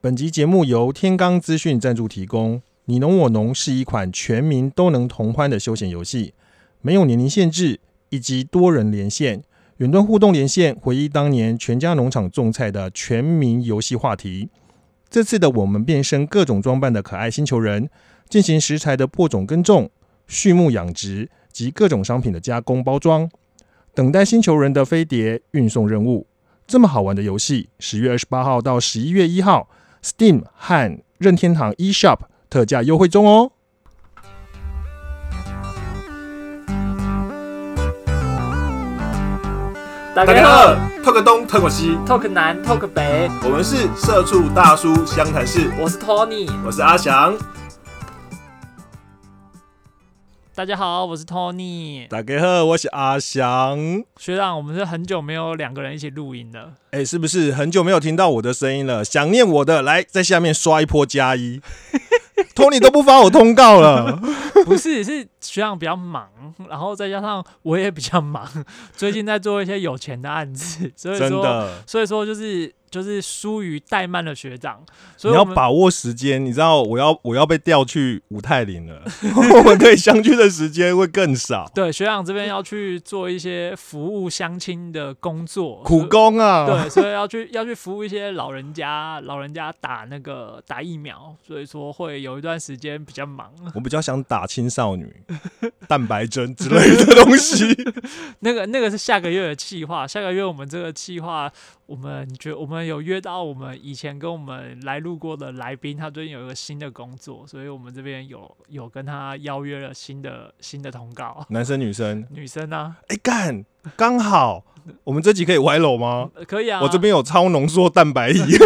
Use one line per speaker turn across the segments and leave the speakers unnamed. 本集节目由天罡资讯赞助提供。你侬我侬是一款全民都能同欢的休闲游戏，没有年龄限制，以及多人连线、远端互动连线，回忆当年全家农场种菜的全民游戏话题。这次的我们变身各种装扮的可爱星球人，进行食材的播种耕种、畜牧养殖及各种商品的加工包装。等待星球人的飞碟运送任务。这么好玩的游戏，十月二十八号到十一月一号，Steam 和任天堂 eShop 特价优惠中哦。
大
大家好，透个东，透个西，
，Talk 南 Talk 北，
我们是社畜大叔湘潭市，
我是 Tony。
我是阿翔。
大家好，我是 Tony
大家好，我是阿翔。
学长。我们是很久没有两个人一起录音了，
哎，是不是很久没有听到我的声音了？想念我的，来在下面刷一波 加一。Tony 都不发我通告了，
不是 是学长比较忙，然后再加上我也比较忙， 最近在做一些有钱的案子， 所以
真
说
的。
所以说就是就是疏于怠慢了学长，所
你
以
要
我们
把握时间，你知道我要我要被调去五泰林了， 我们可以相聚的时间会 更少，
对学长这边要去做一些服务相亲的工作，
苦
所以
工啊。
对，所以要去要去服务一些老人家，老人家打那个打疫苗，所以说会有一段时间比较忙。
我比较想打青少女、蛋白针之类的东西。
那个那个是下个月的计划，下个月我们这个计划，我们觉我们有约到我们以前跟我们来录过的来宾，他最近有一个新的工作，所以我们这边有有跟他邀约了新的新的通告。
男生女生，
女生呢、
哎、干，刚好我们这集可以歪楼吗？
呃可以啊，
我这边有超浓缩蛋白仪，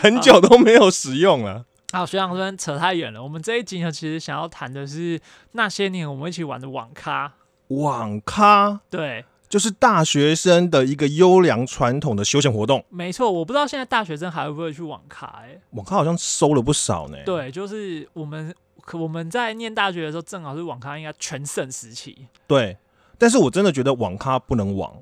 很久都没有使用了。
啊，学长这边扯太远了。我们这一集呢，其实想要谈的是那些年我们一起玩的网咖。
网咖
对，
就是大学生的一个优良传统的休闲活动，
没错，我不知道现在大学生还会不会去网咖、欸，
网咖好像收了不少呢。，
对，就是我们可我们在念大学的时候，正好是网咖应该全盛时期。
对，但是我真的觉得网咖不能网，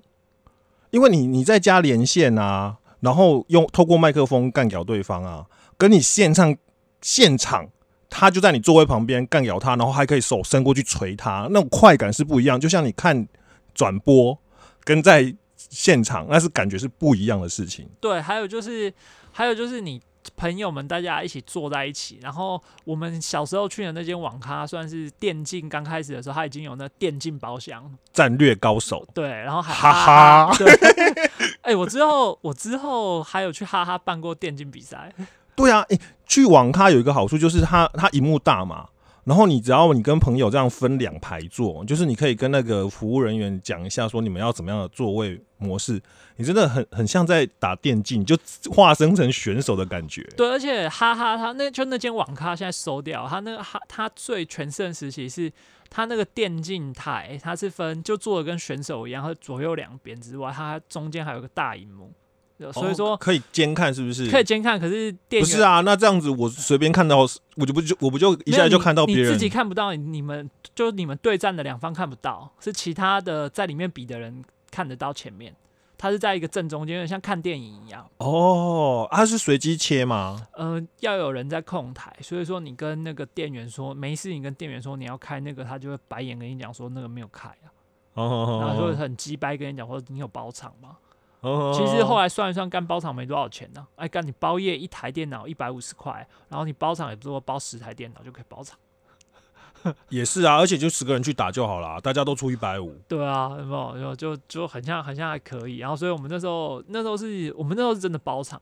因为你你在家连线啊，然后用透过麦克风干掉对方啊，跟你线上现场。他就在你座位旁边干咬他，然后还可以手伸过去捶他，那种快感是不一样。就像你看转播跟在现场，那是感觉是不一样的事情。
对，还有就是，还有就是你朋友们大家一起坐在一起，然后我们小时候去的那间网咖，算是电竞刚开始的时候，它已经有那电竞包厢，
战略高手，
对，然后还
哈
哈
哈
对， 哎、我之后我之后还有去哈哈办过电竞比赛，
对啊，诶、去网咖有一个好处就是它它荧幕大嘛，然后你只要你跟朋友这样分两排坐，就是你可以跟那个服务人员讲一下说你们要怎么样的座位模式，你真的很很像在打电竞，你就化身成选手的感觉。
对，而且哈哈他那就那间网咖现在收掉，他那个哈他最全盛时期是他那个电竞台，它是分就做的跟选手一样，它左右两边之外，它中间还有个大荧幕，对所以
哦
说。
可以监看是不是？
可以监看，可是电
不是啊，那这样子我随便看到，我就不就我不就一下就看到别
你
人
自己看不到，你们就你们对战的两方看不到，是其他的在里面比的人看得到前面，它是在一个正中间，有点像看电影一样。
哦，它、是随机切吗？
呃，要有人在控台，所以说你跟那个店员说没事，你跟店员说你要开那个，他就会白眼跟你讲说那个没有开啊，
哦
然后就会
哦
很鸡掰跟你讲说你有包场吗？
哦哦，
其实后
来
来算一算，干包场没多少钱呢、哎，干你包夜一台电脑一百五十块，然后你包场也不多，包十台电脑就可以包场。
也是啊，而且就十个人去打就好啦，大家都出一百五。
对啊，有没有？有就就很像，很像还可以。然后，所以我们那时候那时候是我们那时候是真的包场，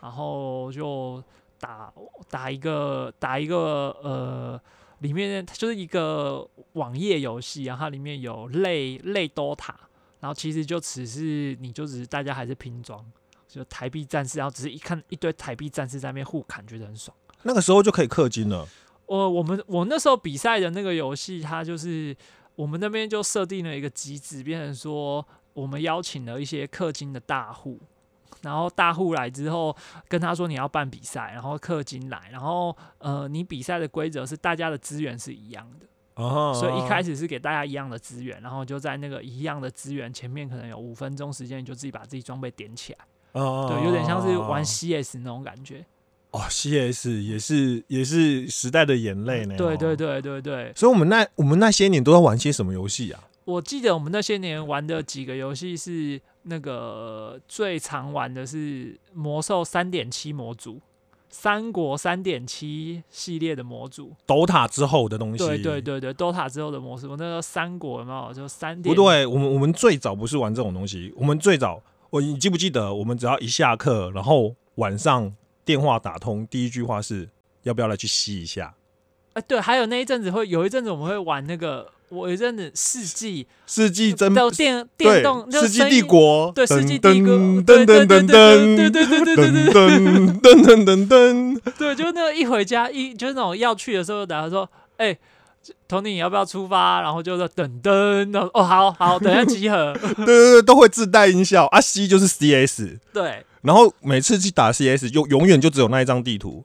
然后就打打一个打一个呃，里面它就是一个网页游戏，然后它里面有类类 DOTA，然后其实就只是你就只是大家还是拼装，就台币战士，然后只是一看一堆台币战士在那边互砍，觉得很爽。
那个时候就可以氪金了。
我呃我们我那时候比赛的那个游戏，它就是我们那边就设定了一个机制，变成说我们邀请了一些氪金的大户，然后大户来之后跟他说你要办比赛，然后氪金来，然后呃你比赛的规则是大家的资源是一样的，
哦，
所以一开
始
始是给大家一样的资源，然后就在那个一样的资源前面可能有五分钟时间，你就自己把自己装备点起来，
哦
对，有点像是玩 CS 那种感觉。
哦，CS 也是也是时代的眼泪呢。
对对
哦。
对对对，
所以我们那我们那些年都在玩些什么游戏啊？
我记得我们那些年玩的几个游戏是那个最常玩的是魔兽三点七模组，三国三点七系列的模组。
斗塔之后的东西。
对对。对对，DOTA 之后的模式，我那时候三国有没有？就三点
不对，我们我们最早不是玩这种东西，我们最早，我你记不记得？我们只要一下课，然后晚上电话打通，第一句话是要不要来去吸一下？
啊，对，还有那一阵子会有一阵子我们会玩那个，我有一阵子世纪
世纪争
到电电
对
动，那个
世纪
声音
帝，国，
对
噔
世纪帝国，
噔
对
噔
对对
噔
对对
噔
对对 对对对
噔
对
噔噔噔噔噔，
对，就那个一回家一就是那种要去的时候，然后说，哎。Tony，你要不要出发？然后就说等等，然后哦，好好，等一下集合。
对对对，都会自带音效。啊，C 就是 CS，
对
然后每次去打 CS 就永远就只有那一张地图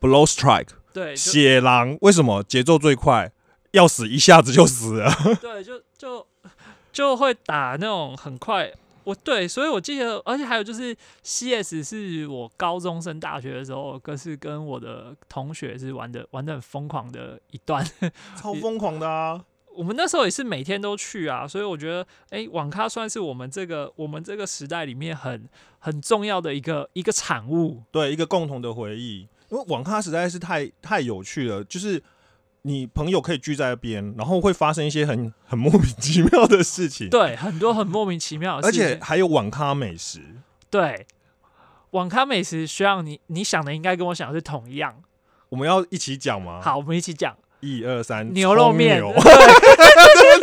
，Blow Strike
对，就
血狼，为什么节奏最快？要死一下子就死 了。
对，就就就会打那种很快。我对，所以我记得，而且还有就是 CS 是我高中升大学的时候，更是跟我的同学是玩的玩的很疯狂的一段。
超疯狂的啊！
我们那时候也是每天都去啊，所以我觉得，哎、网咖算是我们这个我们这个时代里面很很重要的一个一个产物。
对，一个共同的回忆，因为网咖实在是太太有趣了，就是你朋友可以聚在那边，然后会发生一些很很莫名其妙的事情，
对，很多很莫名其妙的
而
事情，
且还有网咖美食。
对网咖美食，学长你你想的应该跟我想的是同一样。
我们要一起讲吗？，
好，我们一起讲。
一二三，
牛肉面
葱牛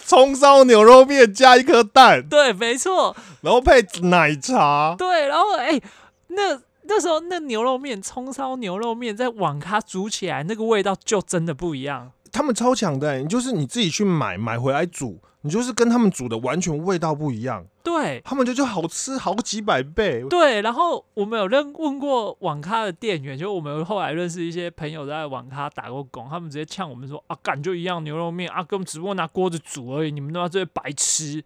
葱烧牛肉面加一颗蛋，
对，没错，
然后配奶茶。
对。然后哎、那那时候那牛肉面，葱烧牛肉面在网咖煮起来，那个味道就真的不一样。
他们超强的、欸，你就是你自己去买，买回来煮，你就是跟他们煮的完全味道不一样，
对
他们就就好吃好几百倍。
对，然后我们有认问过网咖的店员，就我们后来认识一些朋友在网咖打过工，他们直接呛我们说啊，感就一样牛肉面啊，根本只不过拿锅子煮而已，你们他妈这些白痴。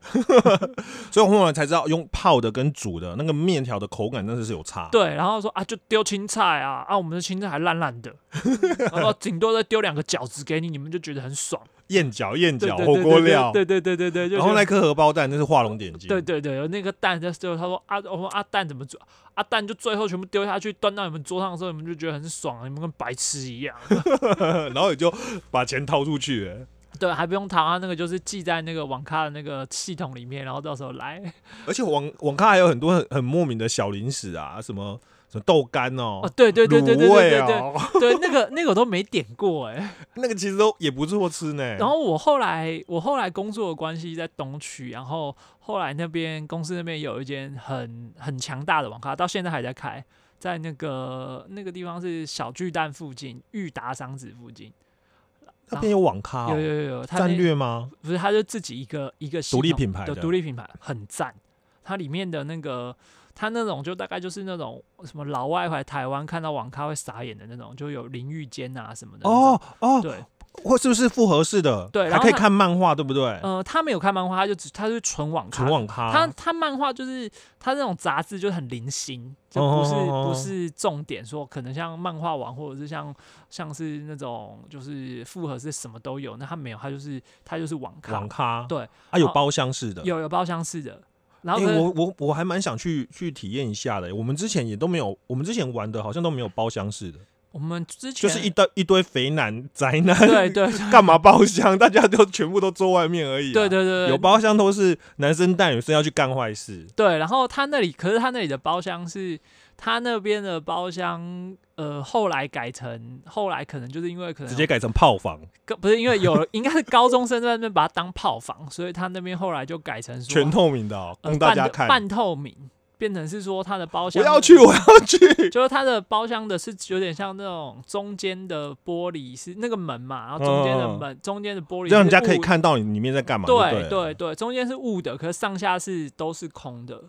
所以我后来才知道，用泡的跟煮的那个面条的口感真的是有差。
对，然后说啊，就丢青菜啊，啊，我们的青菜还烂 烂的，然后顶多再丢两个饺子给你，你们就觉得很爽。
燕饺、燕
对
饺、
对
火
对
锅
对对
料，
对对对对对，就
然后
觉得
那颗荷包蛋，那是画龙点睛。
对对对，有那个蛋，就就他说啊，我们啊蛋怎么煮？啊蛋就最后全部丢下去，端到你们桌上的时候，你们就觉得很爽，啊你们跟白痴一样。啊
然后你就把钱掏出去了。
对，还不用糖啊，那个就是记在那个网咖的那个系统里面，然后到时候来。
而且网网咖还有很多很很莫名的小零食啊，什么什么豆干哦
哦，，对对对对对
卤味
对对
哦，
对，对那个那个我都没点过哎、
那个其实都也不错吃呢。
然后我后来我后来工作的关系在东区，然后后来那边公司那边有一间很很强大的网咖，到现在还在开，在那个那个地方是小巨蛋附近，裕达商子附近。
那边有网咖哦
有有有有，他
战
那
略吗？
不是，他就自己一个一个系
独立
统
品牌
对
的
独立品牌很赞。它里面的那个，它那种就大概就是那种什么老外回台湾看到网咖会傻眼的那种，就有淋浴间啊什么的那种。
哦哦，
对，
或是不是复合式的？
对然
还
后
可以
它
看漫画，对不对？
呃，他没有看漫画，他就只他是纯网咖
纯网
他
咖，
他漫画就是他那种杂志就很零星，就不是
哦哦哦哦
不是重点说，可能像漫画王或者是像像是那种就是复合是什么都有，那他没有，他就是他就是网咖，
网咖
对，
啊有
好
包厢式的。
有有包厢式的，然后
哎、
可是
我我我还蛮想去去体验一下的。我们之前也都没有，我们之前玩的好像都没有包厢式的，
我们之
就
前
是一堆一堆肥男宅男，
对对
干嘛包厢？ 大家都全部都坐外面而已、
对对，对
啊有
对
包厢都是男生带女生要去干坏事，
对，然后他那里可是他那里的包厢是他那边的包厢，呃，后来改成后来可能就是因为可能
直接改成炮房，
高不是因为有了应该是高中生在那边把它当炮房，所以他那边后来就改成说
全透明的、哦，
呃
供大家
半
看。
半透明，变成是说它的包厢
我要去，我要 去。
就是它的包厢的是有点像那种中间的玻璃是那个门嘛，然后中间的
嗯
门、中间的玻璃
让人
是
家可以
雾，
看到你里面在干嘛就对
对
了
对对，中间是雾的，可是上下是都是空的，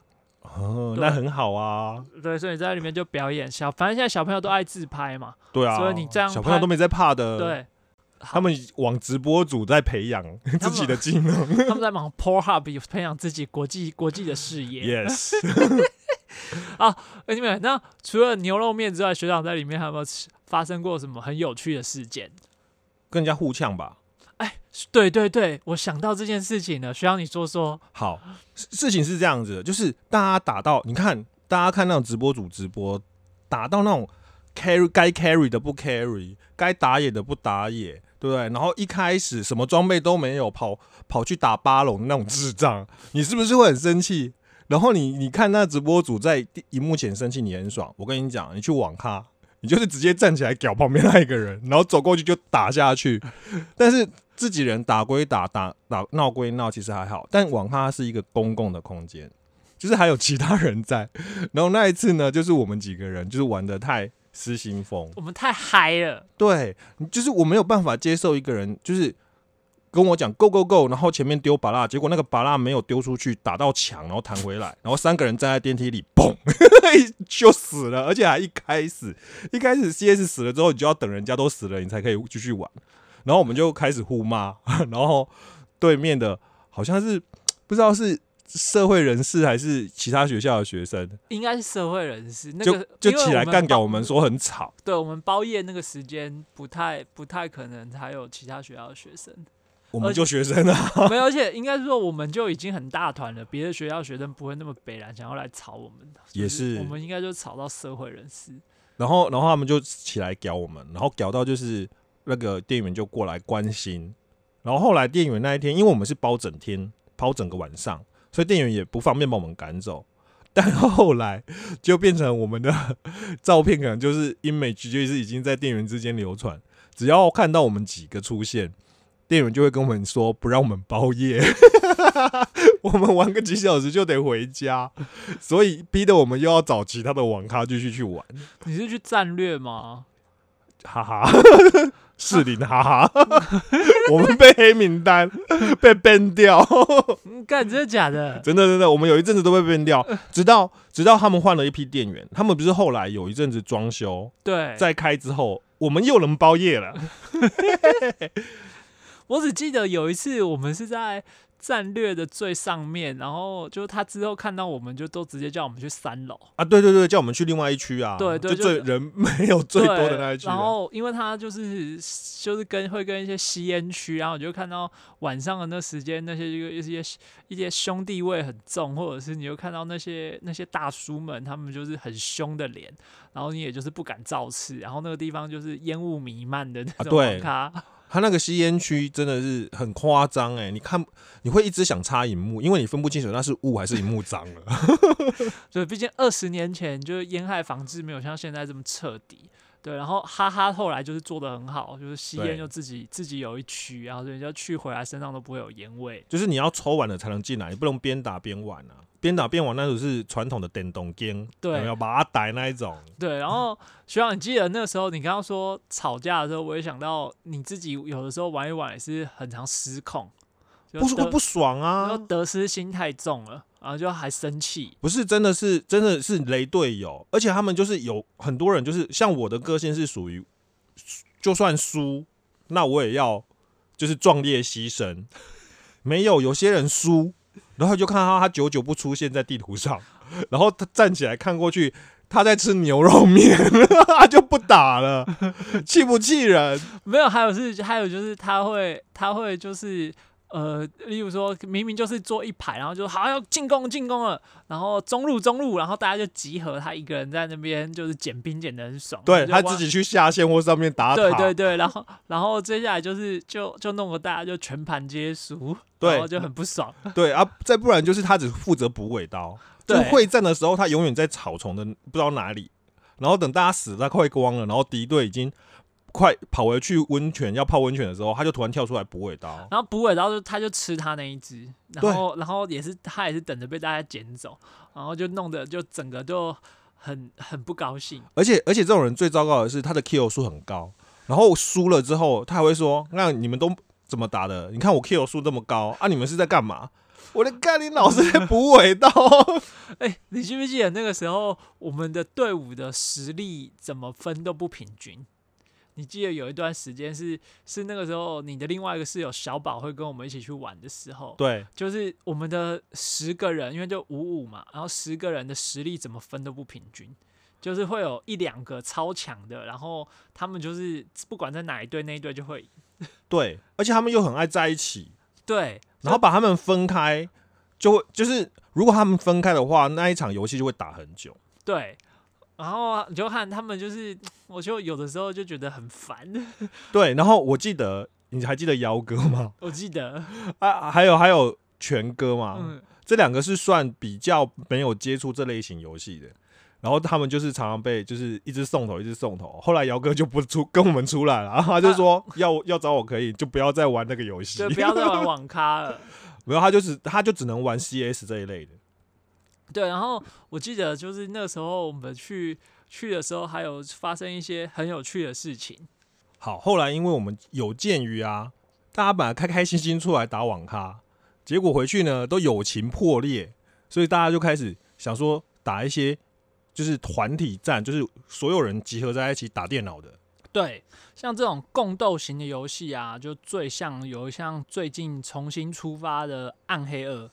哦，
对
那很好啊，
对，所以在里面就表演小，反正现在小朋友都爱自拍嘛，
对啊，
所以你这样
小朋友
拍
都没在怕的，，
对，
他们往直播组在培养自己的技能
他们在忙 Pornhub 培养自己国际国际的视野。
，yes，
啊，哎你们那除了牛肉面之外，学长在里面还有没有吃发生过什么很有趣的事件？
跟人家互呛吧。
对对对，我想到这件事情了，学长你说说。
好，事事情是这样子的，就是大家打到，你看大家看那种直播主直播，打到那种 carry 该 carry 的不 carry，该打野的不打野，对不对？然后一开始什么装备都没有，跑跑去打八龙那种智障，你是不是会很生气？然后你你看那直播主在地荧幕前生气，你很爽。我跟你讲，你去网咖，你就是直接站起来屌旁边那一个人，然后走过去就打下去。但是自己人打归打，打打闹归闹，其实还好。但网咖是一个公共的空间，就是还有其他人在。然后那一次呢，就是我们几个人就是玩的太失心疯，
我们太嗨了，
对，就是我没有办法接受一个人就是跟我讲 go go go，然后前面丢拔蜡，结果那个拔蜡没有丢出去，打到墙，然后弹回来， 然后三个人站在电梯里，嘣 就死了，而且还一开始一开始 CS 死了之后，你就要等人家都死了，你才可以继续玩。然后我们就开始互骂， 然后对面的好像是不知道是社会人士还是其他学校的学生，
应该是社会人士，那
就
个
就
因为
起来干
包
掉我们，说很吵。
对我们包夜那个时间不太不太可能还有其他学校的学生，
我们
而
就学生啊，
没有，而且应该是说我们就已经很大团了，别的学校学生不会那么北然想要来吵我们的，就
也
是
是
我们应该就吵到社会人士，
然后然后他们就起来屌我们，然后屌到就是那个店员就过来关心，然后后来店员那一天，因为我们是包整天包整个晚上，所以店员也不方便把我们赶走。但后来就变成我们的照片，可能就是 image 就是已经在店员之间流传，只要看到我们几个出现。店员就会跟我们说不让我们包夜， 我们玩个几小时就得回家，所以逼得我们又要找其他的网咖继续去玩。
你是去战略吗？
哈哈， 士林哈哈， 我们被黑名单， 被 ban 掉，
嗯，干真的假的？
真的真的，我们有一阵子都被 ban 掉，直到直到他们换了一批店员，他们不是后来有一阵子装修
对，
再开之后，我们又能包夜了，
我只记得有一次我们是在战略的最上面，然后就他之后看到我们就都直接叫我们去三楼。
啊，对对对，叫我们去另外一区啊，
对对
就最
就
人没有最多的那一
对
区啊了，
然后因为他就是就是跟会跟一些吸烟区，然后你就看到晚上的那时间，那些一一些一些兄弟味很重，或者是你就看到那些那些大叔们，他们就是很凶的脸，然后你也就是不敢造次，然后那个地方就是烟雾弥漫的那种
啊对
网咖，
他那个吸烟区真的是很夸张哎，你看你会一直想擦荧幕，因为你分不清楚那是雾还是荧幕脏了。
对，毕竟二十年前就是烟害防治没有像现在这么彻底。对，然后哈哈后来就是做的很好，就是吸
对
烟就自己自己有一区，然后人家去回来身上都不会有烟味。
就是你要抽完了才能进来，你不能边打边玩啊。边打边玩那种是传统的电动 game，
对
有没有把它逮那一种？
对，然后学长，你记得那时候你刚刚说吵架的时候，我也想到你自己有的时候玩一玩也是很常失控，就
不是
得
会不爽
就
啊？
得失心太重了，然后就还生气。
不是，真的是真的是雷队友，而且他们就是有很多人，就是像我的个性是属于，就算输，那我也要就是壮烈牺牲。没有，有些人输，然后就看到他久久不出现在地图上，然后他站起来看过去，他在吃牛肉面，他就不打了，气不气人？
没有，还有是还有就是他会他会就是呃，例如说明明就是坐一排，然后就好要进攻进攻了，然后中路中路，然后大家就集合，他一个人在那边就是捡兵捡的很爽，
对
就
他
哇
自。己去下线或上面打塔，
对对对，然后然后接下来就是就就弄得大家就全盘皆输，
对
然后就很不爽。
对啊！再不然就是他只负责补尾刀，就
对
是会战的时候他永远在草丛的不知道哪里，然后等大家死的快光了，然后敌队已经快跑回去温泉要泡温泉的时候，他就突然跳出来补尾刀，
然后补尾刀就他就吃他那一只，然后然后也是他也是等着被大家捡走，然后就弄得就整个就很很不高兴。
而且而且这种人最糟糕的是他的 kill 数很高，然后输了之后他还会说：“那你们都怎么打的？你看我 kill 数这么高啊，你们是在干嘛？”我的干，你老是在补尾刀，
哎、你记不记得那个时候我们的队伍的实力怎么分都不平均？你记得有一段时间是是那个时候你的另外一个室友小宝会跟我们一起去玩的时 候，
对，
就是我们的十个人，因为就五五嘛，然后十个人的实力怎么分都不平均，就是会有一两个超强的，然后他们就是不管在哪一队那一队就会赢
对，而且他们又很爱在一起，
对，
然后把他们分开，就会就是如果他们分开的话，那一场游戏就会打很久。
对，然后你就看他们就是， 我就有的时候就觉得很烦，
对，然后我记得你还记得姚哥吗？
我记得，
啊，还有还有全哥嘛，
嗯，
这两个是算比较没有接触这类型游戏的。然后他们就是常常被就是一直送头，一直送头。后来姚哥就不出跟我们出来了，然后他就说、要要找我可以，就不要再玩那个游戏
就，不要再玩网咖了。
没有他就是他就只能玩 CS 这一类的。
对，然后我记得就是那时候我们去去的时候，还有发生一些很有趣的事情。
好，后来因为我们有鉴于啊，大家本来开开心心出来打网咖，结果回去呢都友情破裂，所以大家就开始想说打一些就是团体战，就是所有人集合在一起打电脑的。
对，像这种共斗型的游戏啊，就最像有一项最近重新出发的《暗黑二》。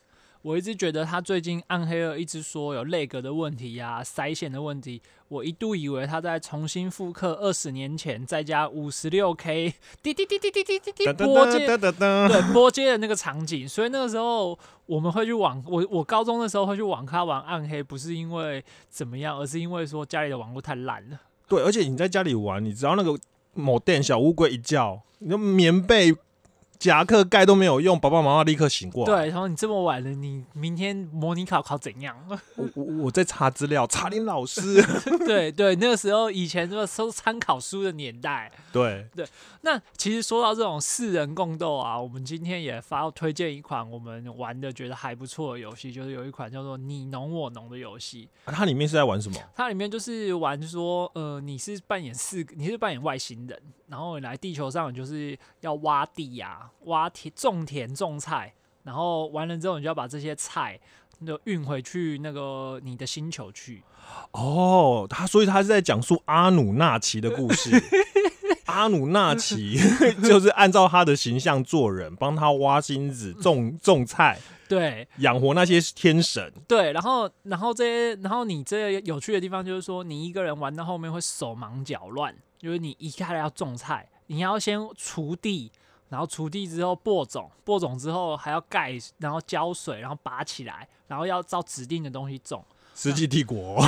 我一直觉得他最近《暗黑二》一直说有内格的问题呀、塞线的问题，我一度以为他在重新复刻二十年前再加五十六 K 滴滴滴滴滴滴滴滴波接
噔噔噔，
对波接的那个场景，所以那个时候我们会去网，我我高中的时候会去网咖玩暗黑，不是因为怎么样，而是因为说家里的网络太烂了。
对，而且你在家里玩，你只要那个某店小乌龟一叫，你的棉被、夹克盖都没有用，爸爸妈妈立刻醒过来。
对，然后你这么晚了，你明天模拟考考怎样？
我我我在查资料，查林老师。
对对，那个时候以前就是收参考书的年代。
对，
那其实说到这种四人共斗啊，我们今天也发要推荐一款我们玩的觉得还不错的游戏，就是有一款叫做你侬我侬的游戏。
啊它里面是在玩什么？
它里面就是玩说，呃，你是扮演四个，你是扮演外星人，然后你来地球上，你就是要挖地呀、挖田、种田、种菜，然后完了之后，你就要把这些菜就运回去那个你的星球去。
哦，他所以他是在讲述阿努纳奇的故 事。阿努纳奇就是按照他的形象做人，帮他挖金子、种种菜，
对
养活那些天 神。
对，然后然后这些，然后你这些有趣的地方就是说，你一个人玩到后面会手忙脚乱，就是你一开始要种菜，你要先锄地。然后锄地之后播种，播种之后还要盖，然后浇水，然后拔起来，然后要照指定的东西种。
世纪帝国，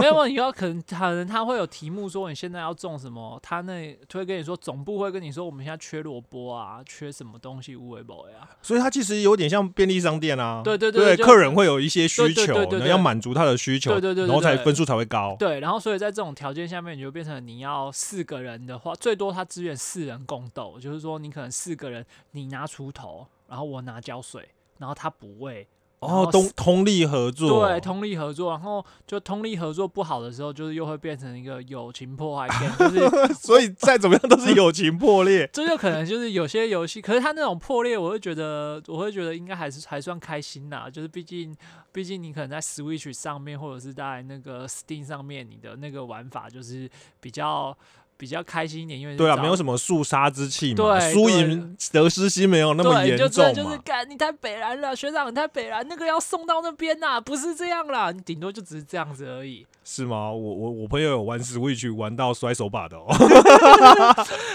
没有，你要可能可能他会有题目说你现在要种什么，他那就会跟你说，总部会跟你说我们现在缺萝卜啊，缺什么东西无为不为啊。
所以它其实有点像便利商店啊。
对对对
对，
就
客人会有一些需
对对
求，
对对对
你要满足他的需求，
对对对对
然后才
对
分数才会高。
对，然后所以在这种条件下面，你就变成你要四个人的话，最多他支援四人共斗，就是说你可能四个人，你拿锄头，然后我拿浇水，然后他补喂，然
哦
后，
通
是
通力合作，
对，通力合作，然后就通力合作不好的时候，就是又会变成一个友情破坏 game，就是。
所以再怎么样都是友情破裂
这就可能就是有些游戏，可是它那种破裂，我会觉得，我会觉得应该还是还算开心啦。就是毕竟，毕竟你可能在 Switch 上面，或者是在那个 Steam 上面，你的那个玩法就是比较比较开心一点，因为
对啊，
找
没有什么肃杀之气嘛，
对
输赢得失心没有那么
对
严
你就知道
重
就是
嘛。
干你太北蓝了，学长你太北蓝，那个要送到那边啦，不是这样啦，你顶多就只是这样子而已。
是吗？我我我朋友有玩 Switch 玩到摔手把的哦。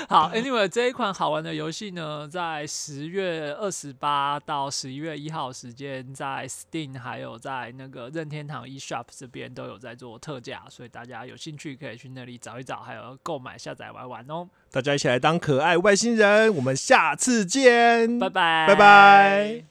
好，Anyway，这一款好玩的游戏呢，在十月二十八到十一月一号时间，在 Steam 还有在那个任天堂 eShop 这边都有在做特价，所以大家有兴趣可以去那里找一找，还有购买、下载玩玩哦。
大家一起来当可爱外星人，我们下次见，
拜拜，
拜拜。